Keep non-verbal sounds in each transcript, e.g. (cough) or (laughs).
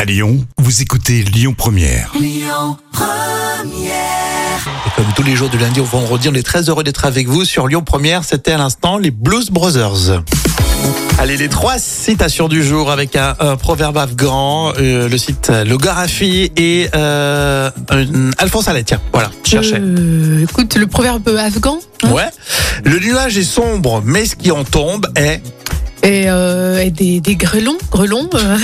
À Lyon, vous écoutez Lyon Première. Et comme tous les jours du lundi au vendredi, on est très heureux d'être avec vous sur Lyon Première. C'était à l'instant les Blues Brothers. Allez, les trois citations du jour avec un, un proverbe afghan, euh, le site Lographie et euh, un- Alphonse Allais. Tiens, voilà, je cherchais. Euh, écoute, le proverbe afghan. hein, Ouais. Le nuage est sombre, mais ce qui en tombe est, Et, euh, et des, des grelons. grelons euh,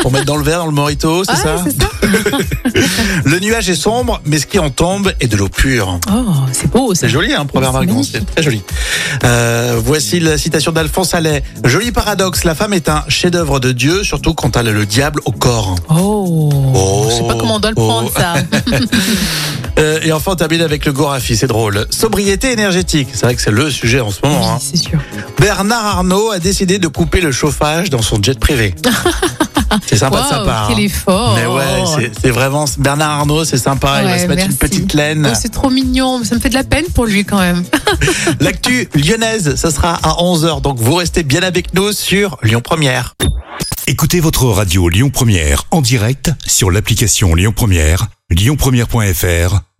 pour mettre dans le verre, dans le morito, c'est ouais, ça Ah, c'est ça. Le nuage est sombre, mais ce qui en tombe est de l'eau pure. Oh, c'est beau, ça. C'est joli, hein, proverbe C'est argan, magnifique. c'est très joli. Euh, voici la citation d'Alphonse Allais. Joli paradoxe, la femme est un chef-d'œuvre de Dieu, surtout quand elle a le diable au corps. Oh, Oh, je sais pas comment on doit le oh. prendre, (laughs) ça. Euh, et enfin, on termine avec le Gorafi, c'est drôle. Sobriété énergétique, c'est vrai que c'est le sujet en ce Oui, moment. hein. c'est sûr. Bernard Arnault a décidé de couper le chauffage dans son jet (laughs) privé. c'est sympa de sa Wow, part. quel hein. effort. Mais ouais, c'est- c'est vraiment Bernard Arnault, c'est sympa. il va Ouais, se mettre une merci. petite laine. Oh, c'est trop mignon, ça me fait de la peine pour lui quand même. L'actu lyonnaise, ça sera à 11h. Donc vous restez bien avec nous sur Lyon Première. Écoutez votre radio Lyon Première en direct sur l'application Lyon Première, lyonpremière.fr